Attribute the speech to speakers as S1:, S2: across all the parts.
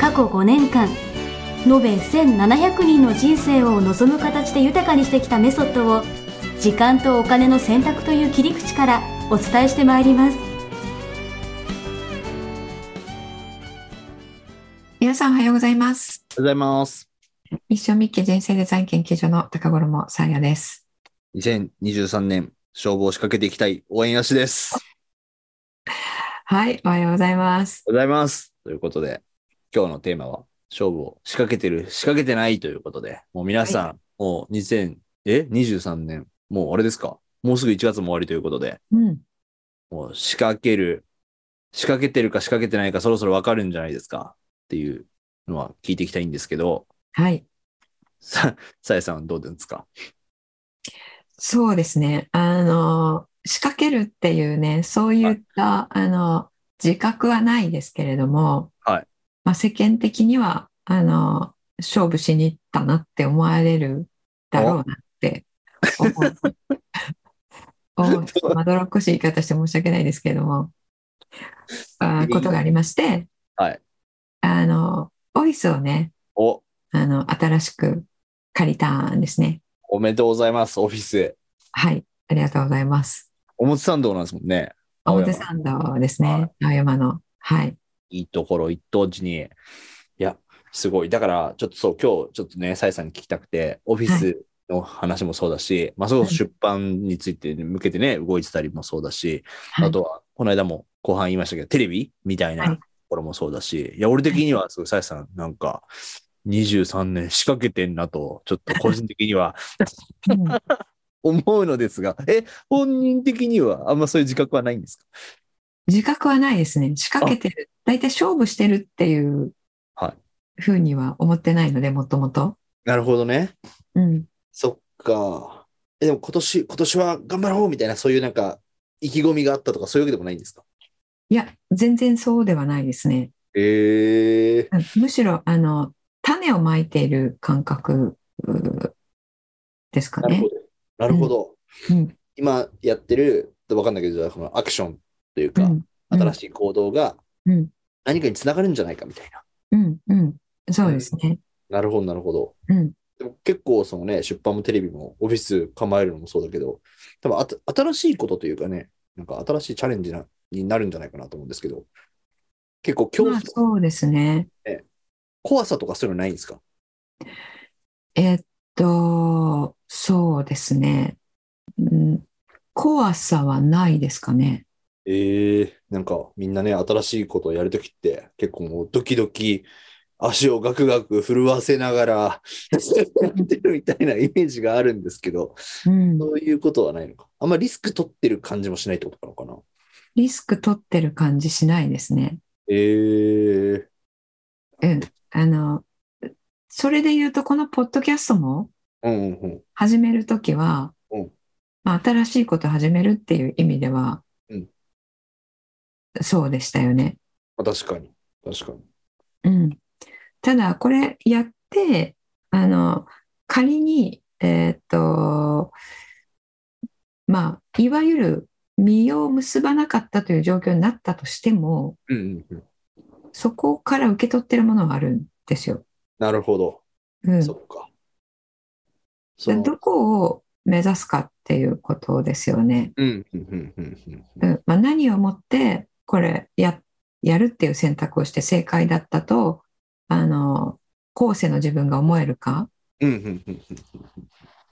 S1: 過去5年間延べ1700人の人生を望む形で豊かにしてきたメソッドを時間とお金の選択という切り口からお伝えしてまいります
S2: 皆さんおはようございます。
S3: おはようございます。
S2: ミッションミッキー人生デザイン研究所の高頃もさやです。
S3: 2023年、勝負を仕掛けていきたい応援やしです。
S2: はい、おはようございます。
S3: おはようございます。ということで、今日のテーマは、勝負を仕掛けてる、仕掛けてないということで、もう皆さん、もう2000、え ?23 年、もうあれですかもうすぐ1月も終わりということで、
S2: うん、
S3: もう仕掛ける、仕掛けてるか仕掛けてないかそろそろわかるんじゃないですかっていうのは聞いていきたいんですけど、
S2: はい、
S3: さ、さえさんはどうですか
S2: そうですね。あの仕掛けるっていうね、そういった、あの自覚はないですけれども、
S3: はい、
S2: まあ世間的にはあの勝負しに行ったなって思われるだろうな って思う。思うまどろっこしい言い方して申し訳ないですけれども、あことがありまして、
S3: はい。
S2: あの、オフィスをね、
S3: お、
S2: あの、新しく借りたんですね。
S3: おめでとうございます、オフィス。
S2: はい。ありがとうございます。
S3: 表参道なんですもんね。青山
S2: 表参道です
S3: は
S2: ね。青山の。はい。
S3: いいところ一等地に。いや、すごい。だから、ちょっとそう、今日、ちょっとね、さえさんに聞きたくて、オフィスの話もそうだし、まあ、そこ
S2: はい
S3: 出版について向けてね、動いてたりもそうだし、
S2: はい
S3: あとは、この間も後半言いましたけど、テレビみたいな
S2: はい
S3: ところもそうだし、い、や、俺的には、すごい、さえさん、なんか、23年仕掛けてんなと、ちょっと個人的には
S2: うん
S3: 思うのですが、え、本人的にはあんまそういう自覚はないんです
S2: 自覚はないですね。仕掛けてる。大体勝負してるっていう
S3: は
S2: ふうには思ってないので、もともと。
S3: かなるほどね。
S2: うん。
S3: そっか。え、でも今年、今年は頑張ろうみたいな、そういうなんか、意気込みがあったとか、そういうわけでもないんですか
S2: いや、全然そうではないですね。
S3: ええ
S2: うんむしろ、あの、種をまいている感覚うーですか
S3: なる
S2: ね
S3: ほ。ど。なるほど。
S2: うん
S3: 今やってる、わかんないけど、じゃあこのアクションという
S2: う
S3: か、
S2: ん
S3: 新しい行動が
S2: うん
S3: 何かにつながるんじゃないかみたいな。
S2: うん。うん。そうですね。
S3: なるほど、なるほど。
S2: うん。
S3: でも結構、そのね、出版もテレビも、オフィス構えるのもそうだけど、多分あた新しいことというかね、なんか新しいチャレンジなになるんじゃないかなと思うんですけど、結構恐
S2: まあ、
S3: 怖、
S2: そうですね。
S3: 怖さとかそういうのないんですか
S2: えっと、そうですね。うん、怖さはないですかね。
S3: ええなんかみんなね、新しいことをやるときって、結構もうドキドキ、足をガクガク震わせながらやってるみたいなイメージがあるんですけど、
S2: うん、
S3: そういうことはないのか。あんまリスク取ってる感じもしないってことなのかな。
S2: リスク取ってる感じしないですね。
S3: ええ
S2: うん、あの、それで言うと、このポッドキャストも
S3: うんうんうん。
S2: 始めるときは
S3: うん、
S2: まあ、新しいこと始めるっていう意味では
S3: うん、
S2: そうでしたよね。
S3: まあ確かに。確かに。
S2: うん、ただこれやってあの仮にえーっとまあいわゆる実を結ばなかったという状況になったとしても
S3: うんうんうん。
S2: そこから受け取ってるものがあるんですよ。
S3: なるほど。
S2: うん、
S3: そっか。その
S2: どこを目指すかっていうことですよね。
S3: うんうんうんうんうんう。
S2: うんんまあ、何をもってこれややるっていう選択をして正解だったとあの後世の自分が思えるか。
S3: うんうんうんうん。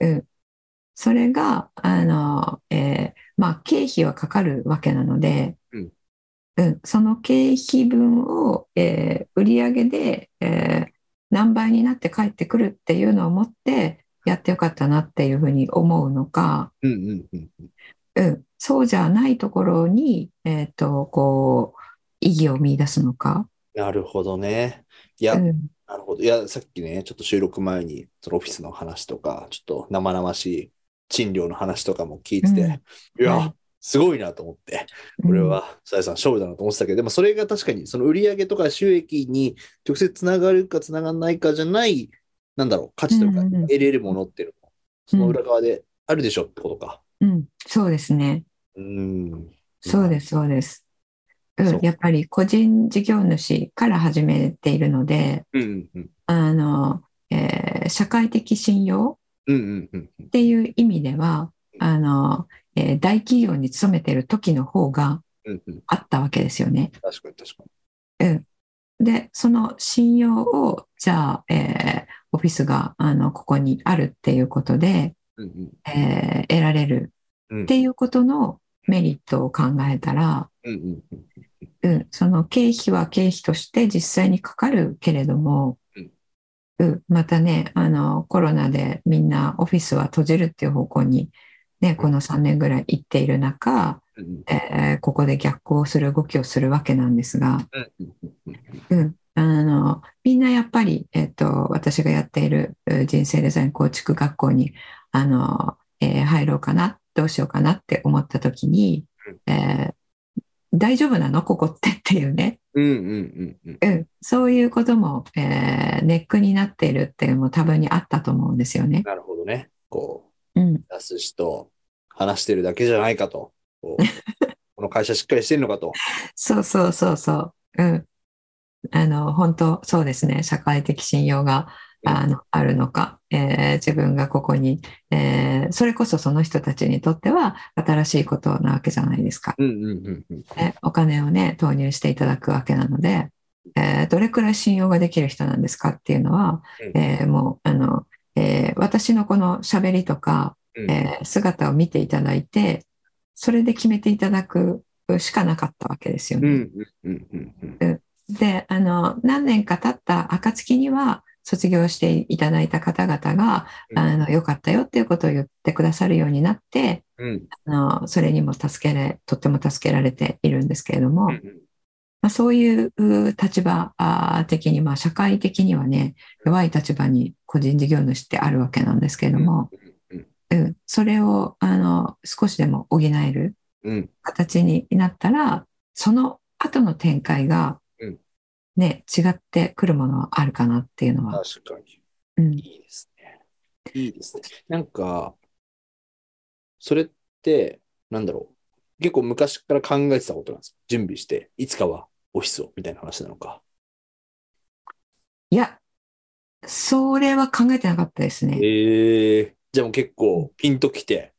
S2: それが、あの、えーまあ、経費はかかるわけなので、
S3: うん
S2: うんその経費分を、えー売上で、えー何倍になって帰ってくるっていうのを持って、やってよかったなっていうふうに思うのか、
S3: うんうんうんうん。
S2: うん、そうじゃないところに、えっと、こう、意義を見出すのか、
S3: なるほどね。いや、
S2: うん
S3: なるほど。いや、さっきね、ちょっと収録前に、そのオフィスの話とか、ちょっと生々しい賃料の話とかも聞いてて、いや、
S2: はい
S3: すごいなと思って、これは、さやさん、勝負だなと思ってたけど、でもそれが確かに、その売り上げとか収益に直接つながるかつながらないかじゃない、なんだろう、価値というか、
S2: うんうんうん
S3: 得れるものっていうのも、その裏側であるでしょってことか。
S2: うん、うんそうですね。
S3: うん。
S2: そうです、そうです。うん
S3: そう
S2: やっぱり個人事業主から始めているので、
S3: うんうん
S2: あの、えー社会的信用
S3: うんうんうんうん。
S2: っていう意味では、あの、えー大企業に勤めてる時の方が
S3: うんうん。
S2: あったわけですよね。
S3: 確かに確か
S2: で、その信用を、じゃあ、えーオフィスが、あの、ここにあるっていうことで、
S3: に。うん
S2: えー得られる
S3: うん
S2: っていうことのメリットを考えたら、
S3: うん。うんうんうん。
S2: うん、その経費は経費として実際にかかるけれども
S3: うん、
S2: うん、またね、あの、コロナでみんなオフィスは閉じるっていう方向に、ね、この3年ぐらい行っている中、
S3: うんうん
S2: えーここで逆行する動きをするわけなんですが、
S3: うんうんうん
S2: うん、あのみんなやっぱり、えっと私がやっているえー人生デザイン構築学校にあの、えー入ろうかなどうしようかなって思った時に、えー大丈夫なのここってっていうね、
S3: うんうんうんうん。
S2: うん、そういうことも、えーネックになっているっていうのも多分にあったと思うんですよね。
S3: なるほどね。こ
S2: うん
S3: う、出す人、話してるだけじゃないかと。こう この会社しっかりしてるのかと。
S2: そうそうそうそう。うん。あの、本当、そうですね。社会的信用が、あの、あるのか、えー自分がここに、えーそれこそその人たちにとっては新しいことなわけじゃないですか。
S3: うんうんうんうん。
S2: ねお金をね、投入していただくわけなので、えーどれくらい信用ができる人なんですかっていうのは、
S3: うん
S2: えーもう、あの、えー私のこの喋りとか、
S3: うん
S2: えー姿を見ていただいて、それで決めていただくしかなかったわけですよ
S3: う
S2: ね。
S3: んうんうんうん
S2: であの何年か経った暁には卒業していただいた方々が
S3: うん
S2: あの良かったよっていうことを言ってくださるようになって
S3: うんうん
S2: あのそれにも助けれとっても助けられているんですけれども、
S3: う
S2: ま
S3: ん
S2: あ、そういうう立場あー的に、まあ、社会的にはね弱い立場に個人事業主ってあるわけなんですけれども、
S3: うん
S2: うん、それをあの少しでも補える
S3: うん
S2: 形になったらその後の展開が
S3: うん、
S2: ね違ってくるものはあるかなっていうのは、
S3: 確かに。
S2: うん
S3: いいですね。いいですね。なんか、それって、なんだろう。結構昔から考えてたことなんですよ。準備して、いつかはオフィスをみたいな話なのか。
S2: いやそれは考えてなかったですね。
S3: ええじゃあもう結構ピンときて、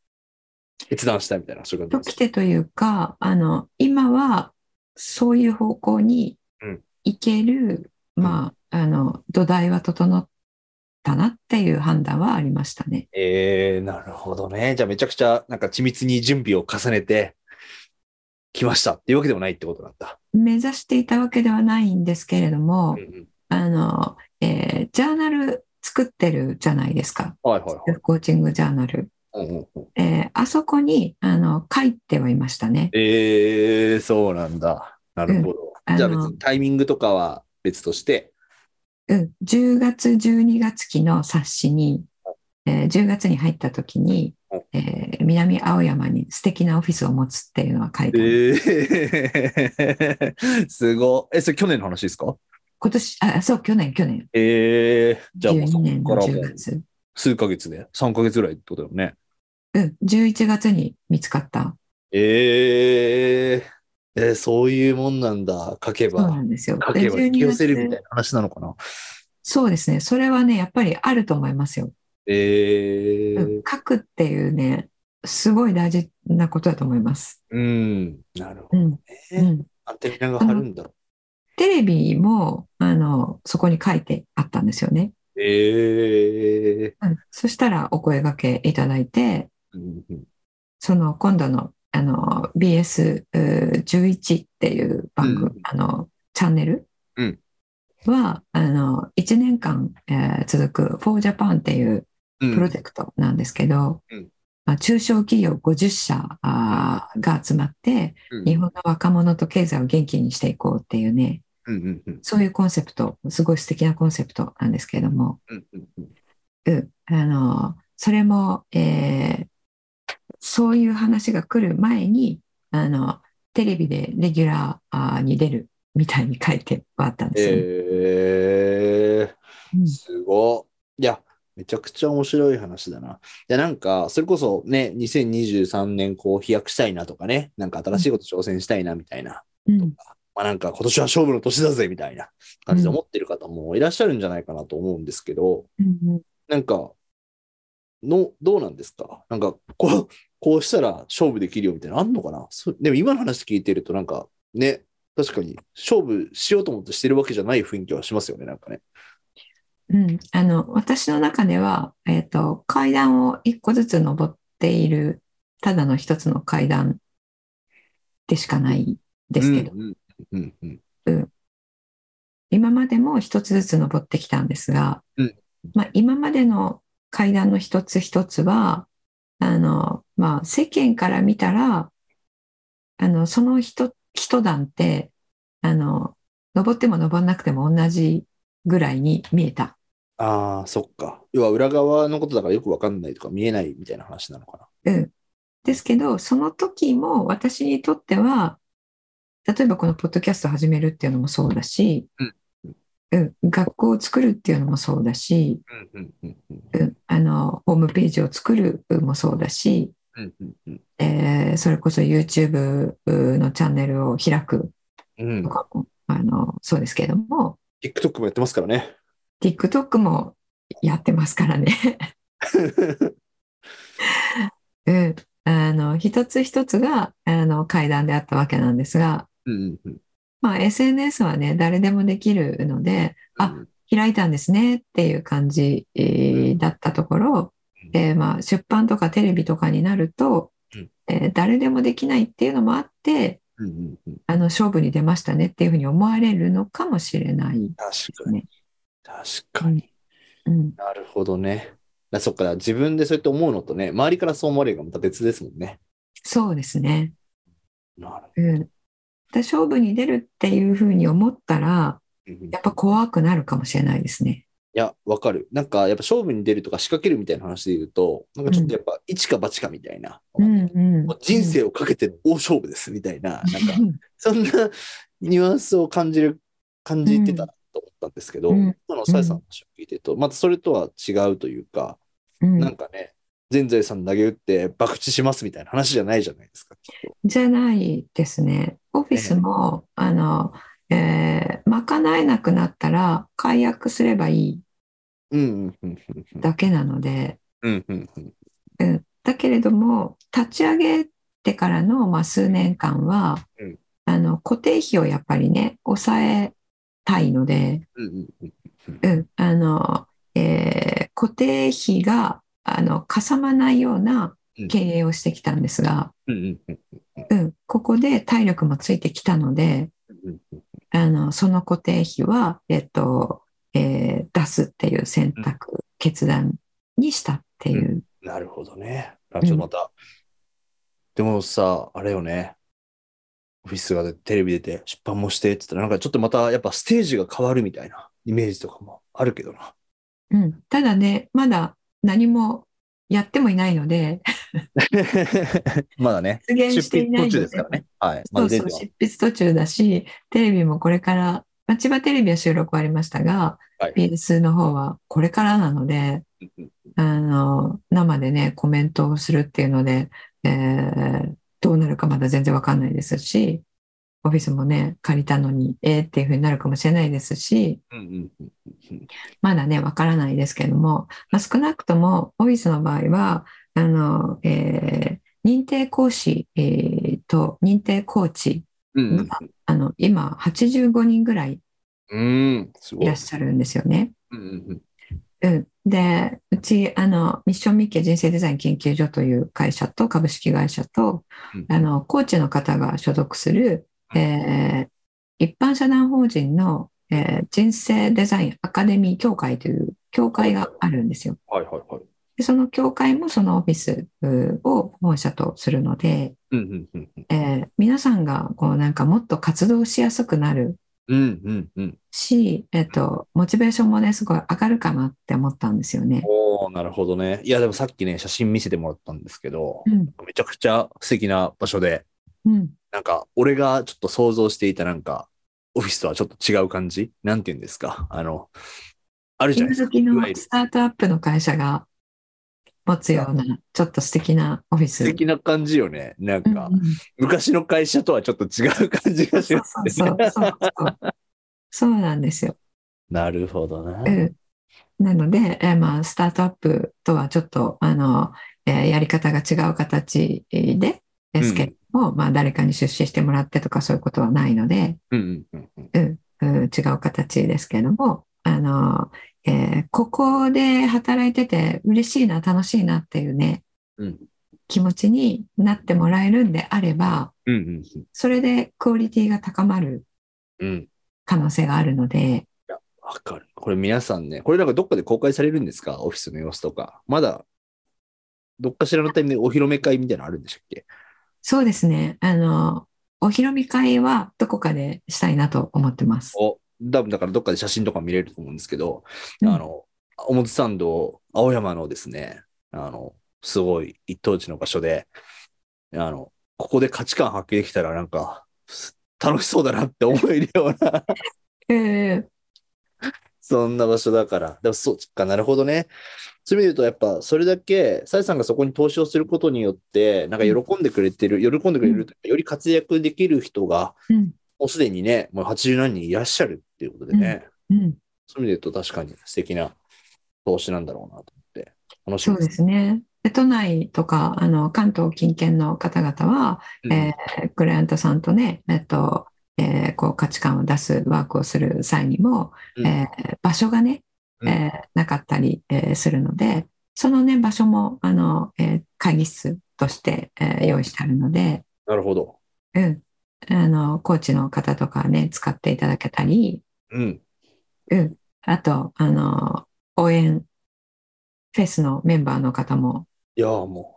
S3: 決断したみたいな、そういう
S2: と
S3: 感じ
S2: き
S3: です。
S2: てというかあの今はそういう方向に
S3: うん
S2: 行ける、まああの土台は整ったなっていう判断はありましたね。
S3: ええなるほどね。じゃあめちゃくちゃ、なんか緻密に準備を重ねて、来ましたっていうわけでもないってことなんだ。
S2: 目指していたわけではないんですけれども、
S3: うんうん
S2: あのえージャーナル作ってるじゃないですか。
S3: はいはいはい。
S2: コーチングジャーナル、
S3: うんうんうん
S2: えーあそこにあの書いてはいましたね。
S3: ええそうなんだ。なるほど。
S2: うん
S3: じゃ
S2: あ
S3: あ別
S2: の
S3: にタイミングとかは別として。
S2: うん、10月12月期の冊子に、えー10月に入った時に
S3: はい、
S2: えー南青山に素敵なオフィスを持つっていうのは書いてある、
S3: ええ すごい。え、それ去年の話ですか
S2: 今年あそう去年去年
S3: ええじゃあもうそ
S2: 12
S3: こ
S2: 年の
S3: からも
S2: 10
S3: う
S2: 月、
S3: 数ヶ月で、3ヶ月ぐらいってことだよね。
S2: うん、11月に見つかった
S3: えええーそういうもんなんだ。書け
S2: そうな
S3: ば。
S2: んですよ。
S3: 書
S2: で
S3: けば引き寄せるみたい
S2: 月
S3: な話なのかな。
S2: そうですねそれはねやっぱりあると思いますよ。
S3: ええ
S2: うん書くっていうねすごい大事なことだと思います。
S3: うん。なる
S2: う
S3: ほど。
S2: ん
S3: え
S2: うん
S3: アンテナが張るんだろ
S2: テレビもあのそこに書いてあったんですよね。
S3: う。ええ
S2: そしたらお声掛けいただいて、
S3: うんうん
S2: その今度のあの BS11 っていう番組、
S3: うん
S2: あのチャンネル
S3: うん
S2: は、あの1年間、えー続く ForJapan っていう
S3: うん
S2: プロジェクトなんですけど、
S3: うん
S2: まあ、中小企業50社あーが集まって、
S3: うん
S2: 日本の若者と経済を元気にしていこうっていうね、
S3: うんうんうん
S2: そういうコンセプト、すごい素敵なコンセプトなんですけれども、
S3: うんうんうん
S2: うん、あの、それも、えーそういう話が来る前に、あの、テレビでレギュラーあーに出るみたいに書いてはあったんですよね。
S3: え
S2: う
S3: ー、
S2: ん
S3: すごい。いや、めちゃくちゃ面白い話だな。いや、なんか、それこそね、2023年こう飛躍したいなとかね、なんか新しいこと挑戦したいなみたいな、
S2: うん、
S3: まあなんか今年は勝負の年だぜみたいな感じで思ってる方もいらっしゃるんじゃないかなと思うんですけど、
S2: うん
S3: なんか、の、どうなんですかなんか、こう、 こうしたら勝負できるよみたいなのあんのかなそでも今の話聞いてるとなんか、ね、確かに勝負しようと思ってしてるわけじゃない雰囲気はしますよね、なんかね。
S2: うん、あの私の中では、えー、と階段を一個ずつ登っているただの一つの階段でしかないですけど、
S3: うんうんうん
S2: 今までも一つずつ登ってきたんですが、
S3: うん
S2: まあ、今までの階段の一つ一つはあの、まあ、世間から見たらあのその一一段ってあの登っても登らなくても同じぐらいに見えた。
S3: ああ、そっか。要は裏側のことだからよくわかんないとか見えないみたいな話なのかな。
S2: うん。ですけど、その時も私にとっては、例えばこのポッドキャスト始めるっていうのもそうだし、
S3: うん
S2: うん、学校を作るっていうのもそうだし、
S3: うんうんうんうん
S2: うん、あの、ホームページを作るもそうだし、
S3: うんうんうん
S2: えーそれこそ YouTube のチャンネルを開く
S3: うん
S2: とかも、あの、そうですけども、
S3: TikTok もやってますからね。
S2: TikTok もやってますからね。 うん、あの、一つ一つが、あの、階段であったわけなんですが、
S3: うんうん
S2: まあ、SNS はね、誰でもできるので、あ、開いたんですねっていう感じ、えーだったところ、でまあ、出版とかテレビとかになると
S3: うん、
S2: えー誰でもできないっていうのもあって、
S3: うんうんうん、
S2: あの勝負に出ましたねっていうふうに思われるのかもしれないで
S3: 確
S2: す
S3: かに。
S2: ね。
S3: 確かに。
S2: うん、
S3: なるほどね。だそっか、自分でそうやって思うのとね、周りからそう思われるがまた別ですもんね。
S2: そうですね。
S3: なる
S2: うん、だ勝負に出るっていうふうに思ったら、
S3: ほど。い
S2: やっぱ怖くなるかもしれないですね。
S3: や、わかる。なんか、やっぱ勝負に出るとか仕掛けるみたいな話で言うと、なんかちょっとやっぱ、一か八かみたいな。
S2: うんうん
S3: もう人生をかけての大勝負ですみたいな、なんか
S2: う、ん
S3: そんなニュアンスを感じる、感じてたなと思ったんですけど、
S2: うん
S3: 今のさえさんの話を聞いてると、またそれとは違うというか、
S2: うん
S3: なんかね、全財産投げ打って爆打しますみたいな話じゃないじゃないですか、きっと。
S2: じゃないですね。オフィスも、あの、えー賄えなくなったら解約すればいい
S3: うんうんうんうんうん
S2: だけなので、
S3: うんうんうん
S2: うん、だけれども、立ち上げてからの、まあ、数年間は、
S3: うん
S2: あの、固定費をやっぱりね、抑えたいので、
S3: うんうんうん
S2: うん、あの、えー固定費が、あの、かさまないような経営をしてきたんですが、
S3: うんうんうん
S2: うん、ここで体力もついてきたので、
S3: うんうん
S2: あの、その固定費は、えっと、えー出すっていう選択、決断にしたっていう。
S3: なるほどね。あちょっとまた、でもさ、あれよね。オフィスがテレビ出て出版もしてって言ったら、なんかちょっとまたやっぱステージが変わるみたいなイメージとかもあるけどな。
S2: うんただね、まだ何もやってもいないの で、
S3: まだね、
S2: 出現
S3: 出
S2: していない
S3: 品途中
S2: の
S3: ですからね。はい。ま
S2: そう
S3: だ出
S2: そ
S3: て
S2: う、
S3: は
S2: 執筆途中だし、テレビもこれから、まあ千葉テレビは収録ありましたが、
S3: はい。
S2: BS の方はこれからなので、
S3: うん
S2: あの、生でね、コメントをするっていうので、えーどうなるかまだ全然わかんないですし、オフィスもね、借りたのに、えーっていうふうになるかもしれないですし、
S3: うんうんうん
S2: まだね、わからないですけども、まあ、少なくとも、オフィスの場合は、あの、えー認定講師、えーと認定コーチ、
S3: うんうん
S2: あの、今、85人ぐらい
S3: うん。うん、すご
S2: い
S3: い
S2: らっ。しゃるんですよね。
S3: うんうん
S2: うん、でうちあのミッションミッケ人生デザイン研究所という会社と株式会社と、
S3: うん
S2: あのコーチの方が所属する、えー一般社団法人の、えー人生デザインアカデミー協会という協会があるんですよ。
S3: はいはいはい。
S2: でその協会もそのオフィスうを本社とするので、
S3: うんうんうんうん
S2: えー皆さんがこうなんかもっと活動しやすくなる
S3: うん、うん、うん。
S2: し、えっと、モチベーションもね、すごい上がるかなって思ったんですよね。
S3: おおなるほどね。いや、でもさっきね、写真見せてもらったんですけど、
S2: うん、
S3: めちゃくちゃ素敵な場所で、
S2: うん、
S3: なんか、俺がちょっと想像していたなんか、オフィスとはちょっと違う感じなんて言うんですかあの、あるじゃ
S2: 今
S3: ないですか。
S2: 時
S3: い
S2: の
S3: わゆる
S2: スタートアップの会社が持つような、ちょっと素敵なオフィス。
S3: 素敵な感じよね。なんか、
S2: うんうん
S3: 昔の会社とはちょっと違う感じがし
S2: そう
S3: ます
S2: そう
S3: ね。
S2: そうそうそう。そうなんですよ。
S3: なるほどな。
S2: うんなので、えーまあ、スタートアップとはちょっと、あの、えーやり方が違う形で、ですけれども、まあ、誰かに出資してもらってとかそういうことはないので、
S3: うんうんうん
S2: うん違う形ですけれども、あの、えーここで働いてて嬉しいな、楽しいなっていうね、
S3: うん。
S2: 気持ちになってもらえるんであれば、
S3: うんうん
S2: それでクオリティが高まる
S3: うん。うん。
S2: 可能性があるので、
S3: わかる。これ皆さんね、これなんかどっかで公開されるんですかオフィスの様子とか。まだ、どっかしらのタイミングでお披露目会みたいなのあるんでしたっけ
S2: そうですね。あの、お披露目会はどこかでしたいなと思ってます。
S3: お、多分だからどっかで写真とか見れると思うんですけど、
S2: うん
S3: あの、表参道、青山のですね、あの、すごい一等地の場所で、あの、ここで価値観発揮できたらなんか、す楽しそうだなって思えるような、
S2: えー
S3: そんな場所だから。でもそうか、なるほどね。そういう意味で言うと、やっぱそれだけ、さえさんがそこに投資をすることによって、なんか喜んでくれてる、喜んでくれるというか、より活躍できる人が、
S2: うん、
S3: もうすでにね、もう80何人いらっしゃるっていうことでね。
S2: うん、
S3: そういう意味で言うと確かに素敵な投資なんだろうなと思って。楽し
S2: そうで。すね。で都内とか、あの、関東近県の方々は、
S3: うん
S2: えークライアントさんとね、えっと、えーこう価値観を出すワークをする際にも、
S3: うん
S2: えー場所がね、
S3: うん
S2: えーなかったり、えーするので、そのね、場所も、あの、えー会議室として、えー用意してあるので、
S3: なるほど。
S2: うん。あの、コーチの方とかね、使っていただけたり、
S3: うん。
S2: うん。あと、あの、応援、フェスのメンバーの方も、
S3: いやーも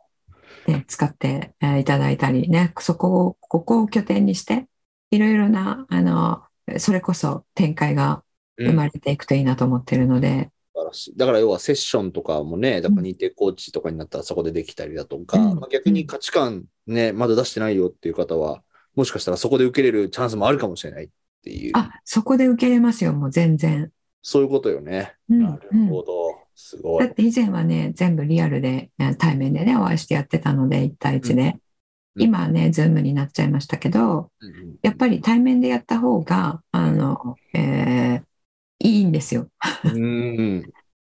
S2: ね、使ってえーいただいたりね、そこを、ここを拠点にして、いろいろな、あの、それこそ展開が
S3: う、う
S2: 生
S3: ん、
S2: ま
S3: 素
S2: れていくといいなと思ってるので、
S3: 晴らしい。だから要はセッションとかもね、だから認定コーチとかになったらそこでできたりだとか、
S2: うん
S3: まあ、逆に価値観ね、まだ出してないよっていう方は、もしかしたらそこで受けれるチャンスもあるかもしれないっていう、
S2: あ、そこで受けれますよ、もう全然。
S3: そういうことよね。
S2: うん
S3: なるほど。すご
S2: だ
S3: い
S2: っ。て以前はね、全部リアルで、えー対面でね、お会いしてやってたので、1対1で。
S3: うん
S2: 今はね、ズームになっちゃいましたけど、
S3: うん
S2: やっぱり対面でやった方が、あの、えーいいんですよ。
S3: うん。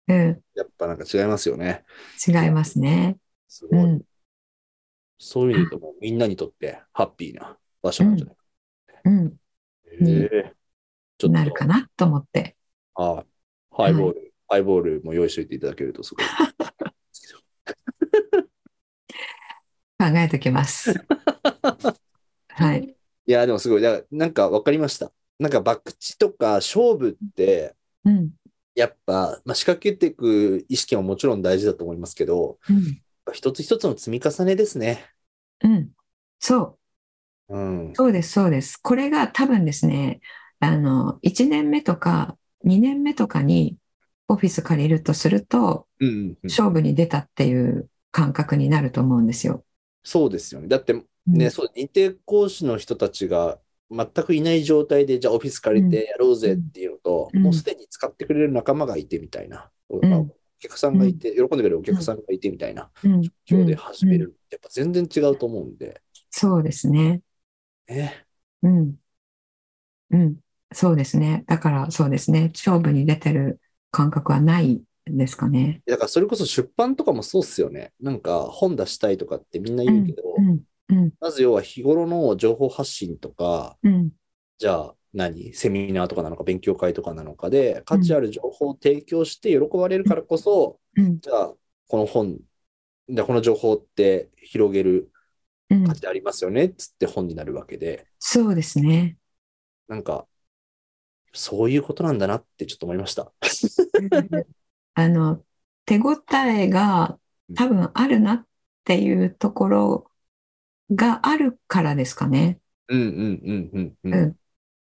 S2: うん、
S3: やっぱなんか違いますよね。
S2: 違いますね。
S3: す
S2: う
S3: ごい。
S2: ん、
S3: そういう意味で言うともうみんなにとってハッピーな場所なんじゃないか。
S2: うん、うん
S3: へえちょ
S2: な
S3: っ
S2: る
S3: と
S2: かなと思って。
S3: はい。ハイボール、ハイボールも用意しておいていただけるとすごい。
S2: 考えとき ます。はい。
S3: いや、でもすごい。だからなんか分かりました。なんか、博打とか勝負って、
S2: うん。
S3: やっぱ、まあ、仕掛けていく意識ももちろん大事だと思いますけど、
S2: うん。
S3: 一つ一つの積み重ねですね。
S2: うん。そう。
S3: うん。
S2: そうです。そうです。これが多分ですね、あの、1年目とか2年目とかにオフィス借りるとすると、
S3: うんうんうん、
S2: 勝負に出たっていう感覚になると思うんですよ。
S3: そうですよね。だってね、
S2: うん
S3: そう、認定講師の人たちが全くいない状態で、じゃあオフィス借りてやろうぜっていうのと、
S2: うん
S3: もうすでに使ってくれる仲間がいてみたいな、
S2: ん
S3: お客さんがいて、喜んでくれるお客さんがいてみたいな、
S2: うん
S3: 今日で始める、やっぱ全然違うと思うんで、
S2: そうですね。
S3: ね、
S2: うん。うん。そうですね。だからそうですね。勝負に出てる感覚はないですかね。
S3: だからそれこそ出版とかもそうっすよねなんか本出したいとかってみんな言うけど、
S2: うん。うん。
S3: まず要は日頃の情報発信とか
S2: うん。
S3: じゃあ何セミナーとかなのか勉強会とかなのかで価値ある情報を提供して喜ばれるからこそ、
S2: うん。
S3: じゃあこの本じゃあこの情報って広げる
S2: うん
S3: 価。値ありますよねっつって本になるわけで
S2: そうですね。
S3: なんかそういうことなんだなってちょっと思いました。
S2: あの、手応えが多分あるなっていうところがあるからですかね。
S3: うんうんうんうんうん。
S2: うん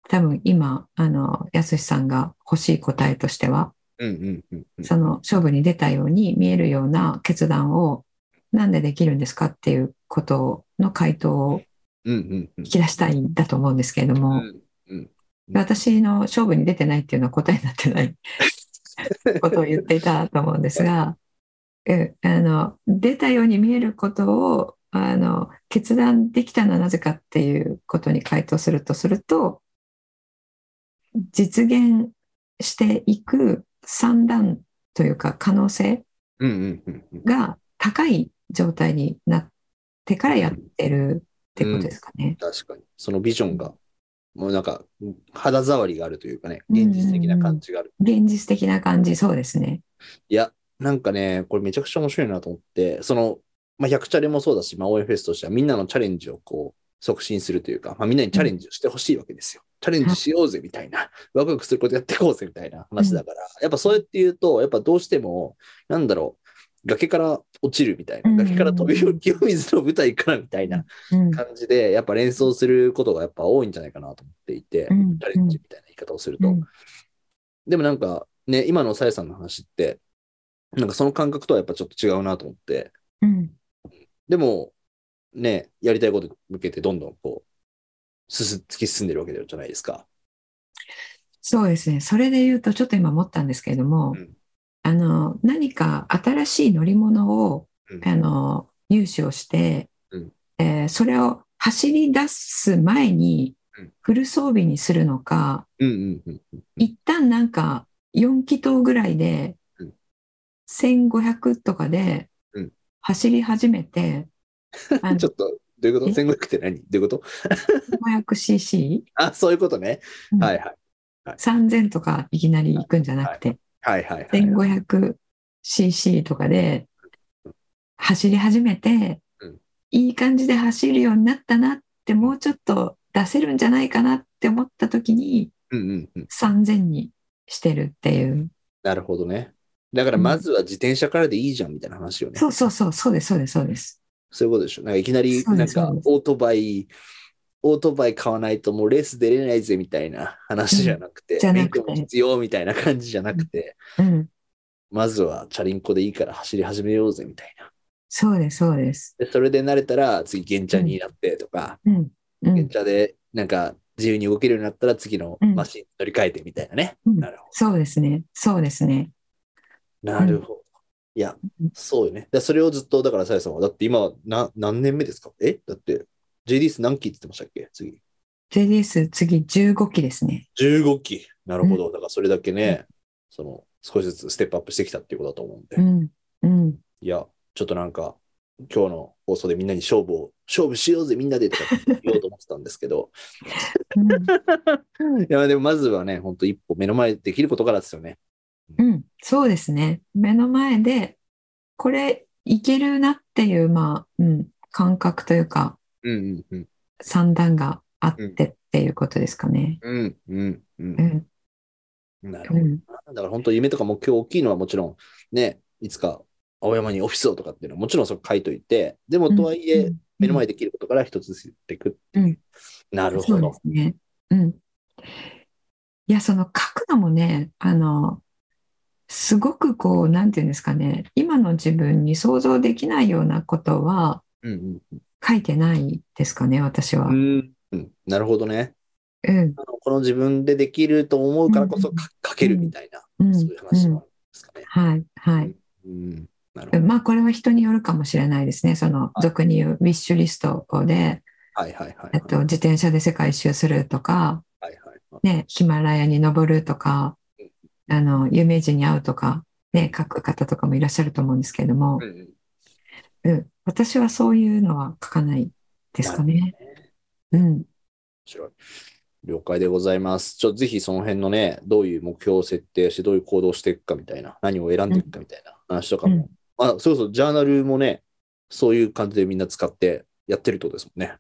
S2: 多分今、あの、やすしさんが欲しい答えとしては、
S3: うんうんうんうん。
S2: その勝負に出たように見えるような決断を、なんでできるんですかっていうことの回答を
S3: うんうんう
S2: 引
S3: ん
S2: き出したいんだと思うんですけれども、
S3: うんうん
S2: 私の勝負に出てないっていうのは答えになってない ことを言っていたと思うんですが、えあの出たように見えることをあの決断できたのはなぜかっていうことに回答するとすると、実現していく算段というか可能性
S3: うんうんうんうん。
S2: が高い状態になってからやってるってことですかね。
S3: 確かに。そのビジョンが、もうなんか、肌触りがあるというかね、現実的な感じがある。
S2: 現実的な感じ、そうですね。
S3: いや、なんかね、これめちゃくちゃ面白いなと思って、その、まあ、100チャレもそうだし、まあ、応援フェスとしてはみんなのチャレンジをこう、促進するというか、まあ、みんなにチャレンジをしてほしいわけですよ。チャレンジしようぜみたいな、 ワクワクすることやっていこうぜみたいな話だから、やっぱそうやって言うと、やっぱどうしても、なんだろう、崖から落ちるみたいな、
S2: うん
S3: 崖から飛び降り清水の舞台からみたいな
S2: うん
S3: 感じで、やっぱ連想することがやっぱ多いんじゃないかなと思っていて、
S2: うん
S3: チャレンジみたいな言い方をする
S2: う
S3: と
S2: ん。
S3: でもなんかね、今のさやさんの話って、なんかその感覚とはやっぱちょっと違うなと思って、
S2: うん
S3: でもね、やりたいことに向けてどんどんこう、進突き進んでるわけじゃないですか。
S2: そうですね。それで言うと、ちょっと今思ったんですけれども、
S3: うん
S2: あの、何か新しい乗り物を、
S3: うん
S2: あの、入手をして、
S3: うん
S2: えーそれを走り出す前に
S3: うん、
S2: フル装備にするのか、
S3: うんうんうん。
S2: 一旦なんか、4気筒ぐらいで
S3: うん、
S2: 1500とかで
S3: うん、
S2: 走り始め て、あの
S3: ちょっと、どういうこと
S2: え
S3: ?1500 って何どういうこと
S2: 500cc、
S3: あ、そういうことね。
S2: うん
S3: はいはい。
S2: 3000とかいきなり行くんじゃなくて、
S3: はいはいはい。
S2: 1500cc とかで走り始めて、
S3: うん
S2: いい感じで走るようになったなってもうちょっと出せるんじゃないかなって思った時に
S3: うんうんうん。
S2: 3000にしてるっていう
S3: なるほどね。だからまずは自転車からでいいじゃんみたいな話よね。
S2: そうそうそうそうですそうですそうです
S3: そういうことでしょ。なんかいきなり、
S2: そう
S3: なん
S2: です
S3: か
S2: そうです
S3: オートバイ、オートバイ買わないともうレース出れないぜみたいな話じゃなくて、
S2: んじゃなくて
S3: 免許も必要みたいな感じじゃなくて、
S2: うん
S3: まずはチャリンコでいいから走り始めようぜみたいな。
S2: そうですそうです
S3: でそれで慣れたら次、現茶になってとか、
S2: うんう
S3: 現
S2: ん
S3: 茶でなんか自由に動けるようになったら次の
S2: うん
S3: マシンに乗り換えてみたいなね。
S2: うん
S3: なるほ
S2: そうですねそうですね
S3: ど。なるほど。いや
S2: うん、
S3: そうよね。だそれをずっと、だから、さやさんは、だって今な、何年目ですかえだって、JDS 何期って言ってましたっけ次。
S2: JDS 次15期ですね
S3: 15期。なるほど。だからそれだけね、その少しずつステップアップしてきたっていうことだと思うんで。
S2: うんうん
S3: いや、ちょっとなんか、今日の放送でみんなに勝負を、勝負しようぜみんなでとか言おうと思ってたんですけど、
S2: うん、
S3: いや、でもまずはね、本当一歩目の前できることからですよね。
S2: うん、そうですね。目の前で、これいけるなっていう、まあ、うん、感覚というか、
S3: うんうん
S2: 算段があってっていうことですかね。
S3: うん。うんうんう。
S2: うんん、
S3: なる
S2: う
S3: ほど。
S2: ん、
S3: だから本当夢とか目標大きいのはもちろん、ね、いつか青山にオフィスをとかっていうのはもちろんそこ書いといて、でもとはいえ、目の前できることから一つずつやっていくっていう。
S2: うん
S3: な
S2: うん
S3: るほ
S2: そう
S3: ど
S2: で。すね。うん。いや、その書くのもね、あの、すごくこう、なんていうんですかね、今の自分に想像できないようなことは
S3: うんうん
S2: 書いてないですかね、私は。
S3: うん、うんなるほどね
S2: うん、
S3: あの。この自分でできると思うからこそか書けるみたいな、
S2: うん、
S3: そういう話
S2: うん
S3: もあるんですかね。
S2: はい、はい。
S3: うん、なる
S2: う
S3: ほ
S2: ん
S3: ど。
S2: まあこれは人によるかもしれないですね。その
S3: はい
S2: 俗に言うウィッシュリストで、
S3: はいはいはい。
S2: えっと、自転車で世界一周するとか、
S3: はいはいはい。
S2: ね、ヒマラヤに登るとか
S3: うん、
S2: あの、有名人に会うとか、ね、書く方とかもいらっしゃると思うんですけれども
S3: う、んうん
S2: うん、私はそういうのは書かないですかね。うん、
S3: 面白い。了解でございます。ちょっとぜひその辺のね、どういう目標を設定して、どういう行動をしていくかみたいな、何を選んでいくかみたいな話とかも。あ、そうそう、ジャーナルもね、そういう感じでみんな使ってやってるってことですもんね。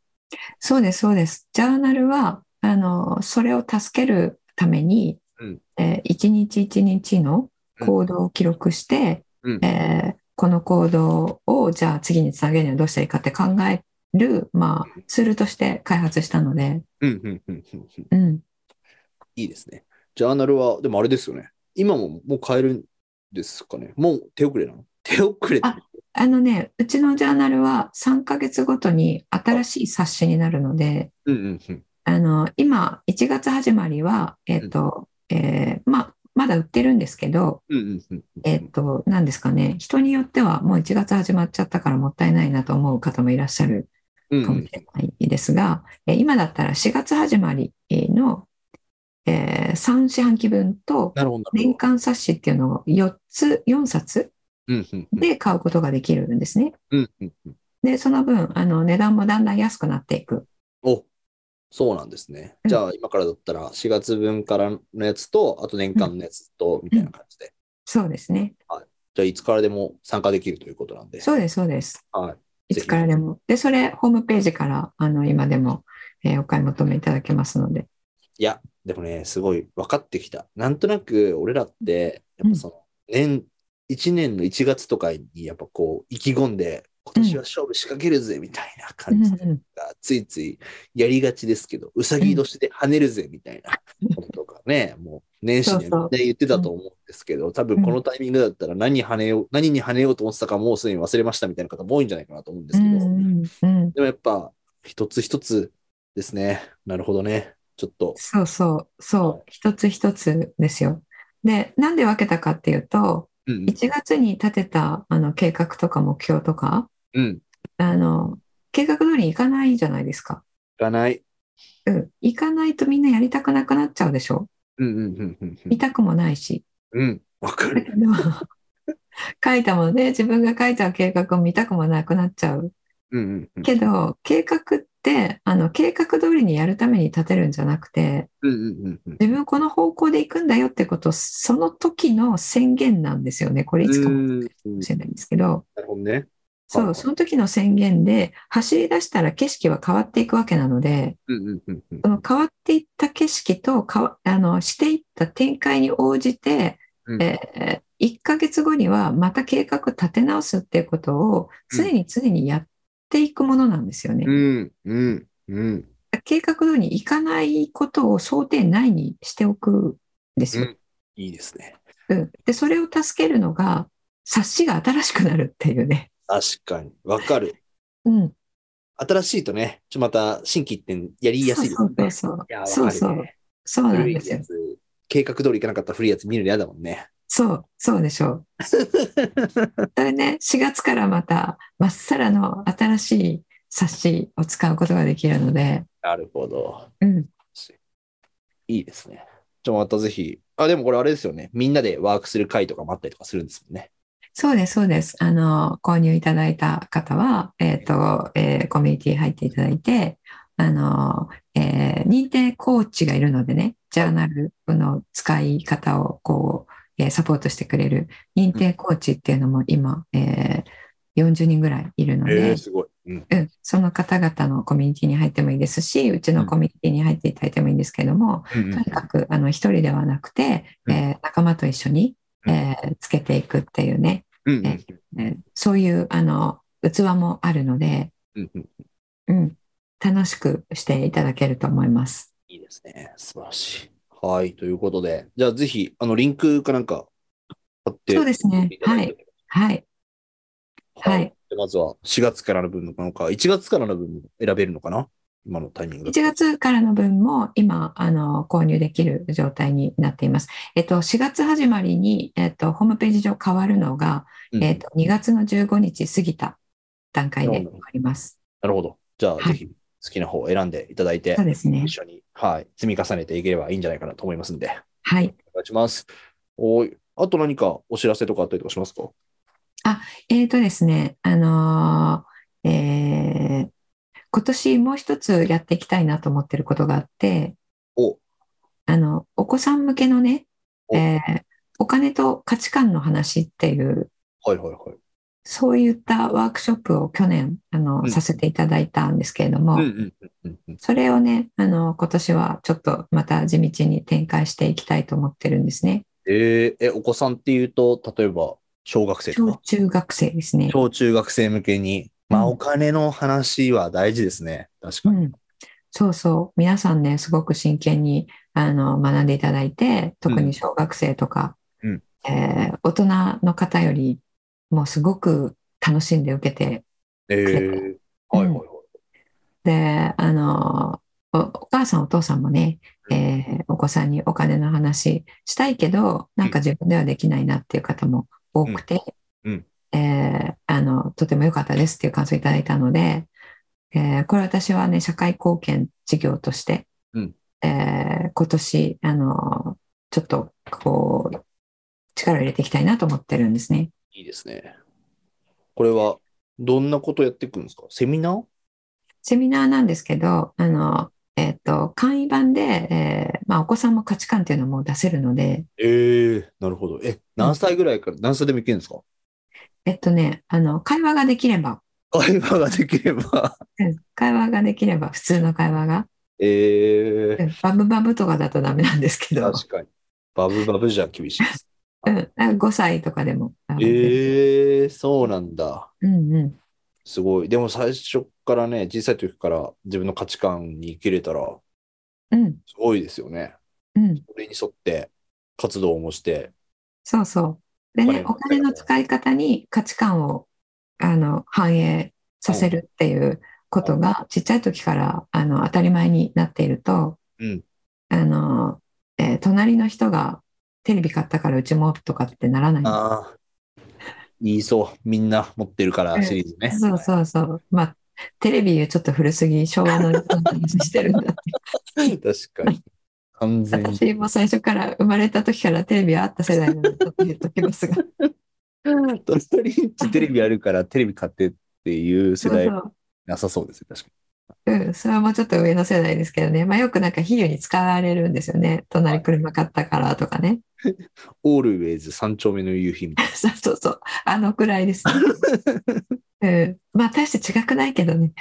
S2: そうです、そうです。ジャーナルは、あの、それを助けるために
S3: うん、
S2: えー一日一日の行動を記録して、
S3: うん。
S2: えーこの行動をじゃあ次につなげるにはどうしたらいいかって考える、まあ、ツールとして開発したので、
S3: うんうんうんうんうん
S2: うん、
S3: いいですね。ジャーナルは、でもあれですよね。今ももう買えるんですかね。もう手遅れなの手遅れって
S2: ああのね、うちのジャーナルは3ヶ月ごとに新しい冊子になるので、
S3: うんうんうん。
S2: あの今、1月始まりは、えっ、と、えーまあ、まだ売ってるんですけど、
S3: うんうんうんうん。
S2: えっ、と、何ですかね、人によってはもう1月始まっちゃったからもったいないなと思う方もいらっしゃる
S3: うん
S2: かもしれないですが、えー今だったら4月始まりの、え3四半期分と、
S3: なるほど、なる
S2: 年
S3: ほど。
S2: 間冊子っていうのを4つ、4冊
S3: うんうんうん
S2: で買うことができるんですね。
S3: うんうんうん。
S2: で、その分、あの値段もだんだん安くなっていく。
S3: おそうなんですね。
S2: うん
S3: じゃあ、今からだったら、4月分からのやつと、あと年間のやつと、みたいな感じで。
S2: そうですね。
S3: じゃあ、いつからでも参加できるということなんで。
S2: そうです、そうです。
S3: は
S2: い
S3: い。
S2: つからでも。で、それ、ホームページから、あの、今でも、えーお買い求めいただけますので。
S3: いや、でもね、すごい分かってきた。なんとなく、俺らって、やっぱその、年、1年の1月とかに、やっぱこう、意気込んで、今年は勝負仕掛けるぜ、みたいな感じ
S2: うんうん
S3: が、ついついやりがちですけど、うさぎ年で跳ねるぜ、みたいなことがね、もう、年始にはみんな言ってたと思うんですけど、多分このタイミングだったら何跳ねよう、何に跳ねようと思ってたか、もうすでに忘れましたみたいな方も多いんじゃないかなと思うんですけど、
S2: うんうんうん
S3: でもやっぱ、一つ一つですね。なるほどね。ちょっと、
S2: そうそう、そう、一つ一つですよ。で、なんで分けたかっていうと、
S3: うん
S2: 1月に立てたあの計画とか目標とか、
S3: うん、うん、
S2: あの、計画通りいかないじゃないですか。
S3: いかない。
S2: うん。いかないとみんなやりたくなくなっちゃうでしょ。
S3: うんうんうんうんうん。
S2: 痛くもないし。
S3: うん、わか
S2: だ
S3: る。
S2: けど書いたもので、自分が書いた計画を見たくもなくなっちゃう。
S3: うんうんうん。
S2: けど、計画って、あの、計画通りにやるために立てるんじゃなくて、
S3: うんうんうんうん。
S2: 自分この方向で行くんだよってことをその時の宣言なんですよね。これいつかも
S3: うんうん
S2: しれないんですけど、
S3: なるほどね。
S2: そ
S3: は
S2: う、
S3: い
S2: その時の宣言で走り出したら景色は変わっていくわけなので、
S3: うんうんうんうん
S2: その変わっていった景色と変わあのしていった展開に応じて、
S3: うん
S2: え1ヶ月後にはまた計画立て直すっていうことを常に常にやっていくものなんですよね。
S3: うんうんうん。
S2: 計画通りにいかないことを想定内にしておくんですよ。
S3: いいですね。
S2: うん、でそれを助けるのが冊子が新しくなるっていうね。
S3: 確かに。わかる。
S2: うん、
S3: 新しいとね、ちょっとまた新規ってやりやすいです
S2: そ
S3: ね
S2: うそうそう
S3: いや、わか
S2: そ
S3: る
S2: う
S3: ね
S2: そうそうなん
S3: 古い
S2: で
S3: や
S2: すよ。
S3: つ。計画通りいかなかったら古いやつ見るの嫌だもんね。
S2: そうそうでしょう。それね4月からまたまっさらの新しい冊子を使うことができるので、
S3: なるほど。
S2: うん、
S3: いいですね。じゃあまたぜひ。あ、でもこれあれですよね。みんなでワークする会とかもあったりとかするんですもんね。
S2: そうですそうですあの購入いただいた方は、えーとえーコミュニティ入っていただいてあの、えー認定コーチがいるのでねジャーナルの使い方をこう、えーサポートしてくれる認定コーチっていうのも今、えー40人ぐらいいるので。
S3: すごい。うん。
S2: うん、その方々のコミュニティに入ってもいいですし、うちのコミュニティに入っていただいてもいいんですけども、
S3: うん
S2: とにかくあの一人ではなくて、
S3: うん
S2: えー仲間と一緒に、
S3: うん
S2: えーつけていくっていうね、
S3: うん
S2: えーそういうあの器もあるので、
S3: うんうん。
S2: うん、楽しくしていただけると思います。
S3: いいですね。素晴らしい。はい。ということで、じゃあぜひ、あの、リンクかなんか貼って
S2: そうですね
S3: いただいて。
S2: はい、はい。
S3: でまずは4月からの分なのか、1月からの分も選べるのかな今のタイミング
S2: 1
S3: だと。
S2: 月からの分も今あの購入できる状態になっています。えっと、4月始まりに、えっと、ホームページ上変わるのが、
S3: うん
S2: えー、と2月の15日過ぎた段階で終わります。
S3: なるほど。じゃあ、
S2: はい
S3: ぜひ好きな方を選んでいただいて
S2: そう、ですね
S3: 一。緒に、はい、積み重ねていければいいんじゃないかなと思いますんで、
S2: はい。
S3: お願いします。おい。あと何かお知らせとかあったりとかしますか
S2: えっ、とですね、あのーえー今年もう一つやっていきたいなと思ってることがあって、
S3: お、
S2: あの、お子さん向けのね、
S3: お
S2: えーお金と価値観の話っていう、
S3: はいはいはい。
S2: そういったワークショップを去年、あの、
S3: うん
S2: させていただいたんですけれども、
S3: うんうんうんうん
S2: それをね、あの、今年はちょっとまた地道に展開していきたいと思ってるんですね。
S3: えーえ、お子さんっていうと、例えば、小学生と
S2: 小
S3: か、
S2: 中学生ですね。
S3: 小中学生向けに、まあ、
S2: うん
S3: お金の話は大事ですね。確
S2: う
S3: かに。
S2: ん、そうそう、皆さんね、すごく真剣にあの学んでいただいて、特に小学生とか、
S3: うん
S2: えー大人の方よりもすごく楽しんで受けて
S3: えー、はいはいはい。
S2: で、あの、おお母さんお父さんもね、えーお子さんにお金の話したいけど、なんか自分ではできないなっていう方も多くて、
S3: うんうん
S2: えーあの、とても良かったですっていう感想をいただいたので、えーこれ私はね、社会貢献事業として、
S3: うん
S2: えー今年、あの、ちょっとこう、力を入れていきたいなと思ってるんですね。
S3: いいですね。これは、どんなことやっていくんですかセミナー
S2: セミナーなんですけど、あの、えっと、簡易版で、えーまあ、お子さんも価値観っていうのも出せるので、
S3: ええなるほど。え、何歳ぐらいから、何歳でもいけるんですか
S2: えっとね、あの、会話ができれば、
S3: 会話ができれば。
S2: 会話ができれば、普通の会話が、
S3: え
S2: う
S3: え
S2: んバブバブとかだとダメなんですけど、
S3: 確かに。バブバブじゃ厳しい です。
S2: うん、あ5歳とかでも。あ
S3: ええそうなんだ。
S2: うんうん。
S3: すごい。でも最初からね、小さい時から自分の価値観に生きれたら、
S2: うん、
S3: すごいですよね。
S2: うん、
S3: それに沿って活動もして。
S2: そうそう。でね、
S3: お
S2: お
S3: 金
S2: 金
S3: の
S2: の
S3: 使
S2: 使い方に価値観を、あの、反映させるっていうことが、ちっちゃい時から、あの、当たり前になっていると、
S3: うん。
S2: あの、えー隣の人がテレビ買ったからうちもとかってならない。
S3: ああ。言いそう。みんな持ってるからシリーズね。
S2: そうそうそう。まあ、テレビちょっと古すぎ、昭和の 話してるんだって。
S3: 確かに。完全に。
S2: 私も最初から生まれた時からテレビはあった世代なので、ちょっと言っときますが。
S3: 隣にテレビあるからテレビ買ってっていう 世代
S2: そうそう
S3: なさそうですね。確か
S2: うん、それはもうちょっと上の世代ですけどね。まあ、よくなんか比喩に使われるんですよね。隣車買ったからとかね。
S3: に。オールウェイズ三丁目の夕日みたい
S2: そうそうそう。あのくらいですね。うん、まあ、大して違くないけどね。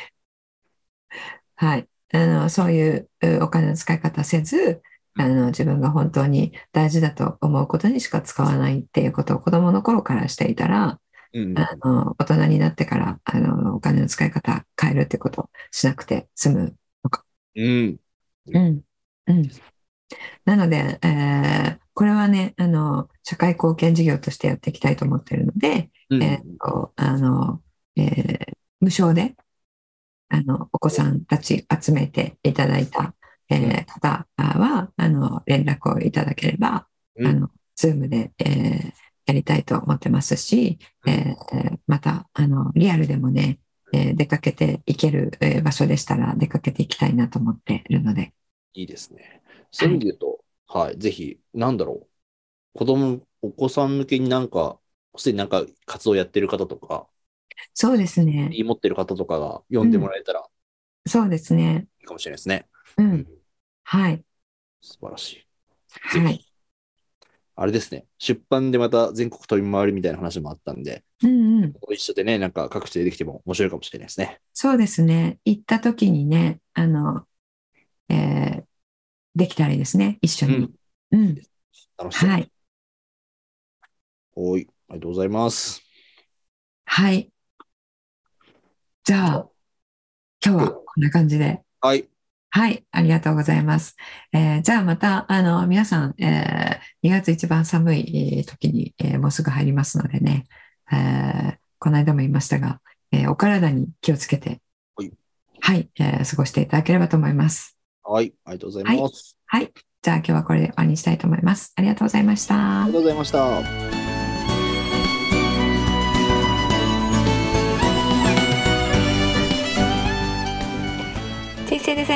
S2: はい。あの、そういううお金の使い方せず、あの、自分が本当に大事だと思うことにしか使わないっていうことを子供の頃からしていたら、
S3: な。
S2: あの、大人になってから、あの、お金の使い方変えるってことをしなくて済む。
S3: うん。うん。
S2: うん。うん。なので、えーこれはね、あの、社会貢献事業としてやっていきたいと思ってるので、
S3: うん
S2: えーとあのえー無償であのお子さんたち集めていただいた、えー方はあの連絡をいただければ、
S3: うん
S2: あの Zoom で、えーやりたいと思ってますし、
S3: うん
S2: えーまたあのリアルでもね、えー出かけていけるえー場所でしたら出かけていきたいなと思っているので。
S3: いいですね。そういう意味で言うと、はい、ぜひ、なんだろう。子供、お子さん向けになんか、すでになんか活動やってる方とか、
S2: そうですね。
S3: 持ってる方とかが読んでもらえたらい
S2: そうですね。
S3: いかもしれないですね。
S2: う
S3: うん
S2: ん。はい。
S3: 素晴らしい。
S2: はい。
S3: あれですね。出版でまた全国飛び回るみたいな話もあったんで、
S2: うんうん。
S3: 一緒でね、なんか各地でできても面白いかもしれないですね。
S2: そうですね。行った時にね、あの、えーできたらいいですね。一緒に。うん。
S3: 楽しそう。
S2: はい。
S3: おい、ありがとうございます。
S2: はい。じゃあ、今日はこんな感じで。
S3: はい。
S2: はい。ありがとうございます。えーじゃあまた、あの、皆さん、えー2月一番寒いえー時に、えーもうすぐ入りますのでね、えーこの間も言いましたが、えーお体に気をつけて
S3: はい、
S2: はい、えー過ごしていただければと思います。
S3: はい。ありがとうございます。
S2: はい。じゃあ今日はこれで終わりにしたいと思います。ありがとうございました
S3: ありが。とうございました。
S2: 人生デザ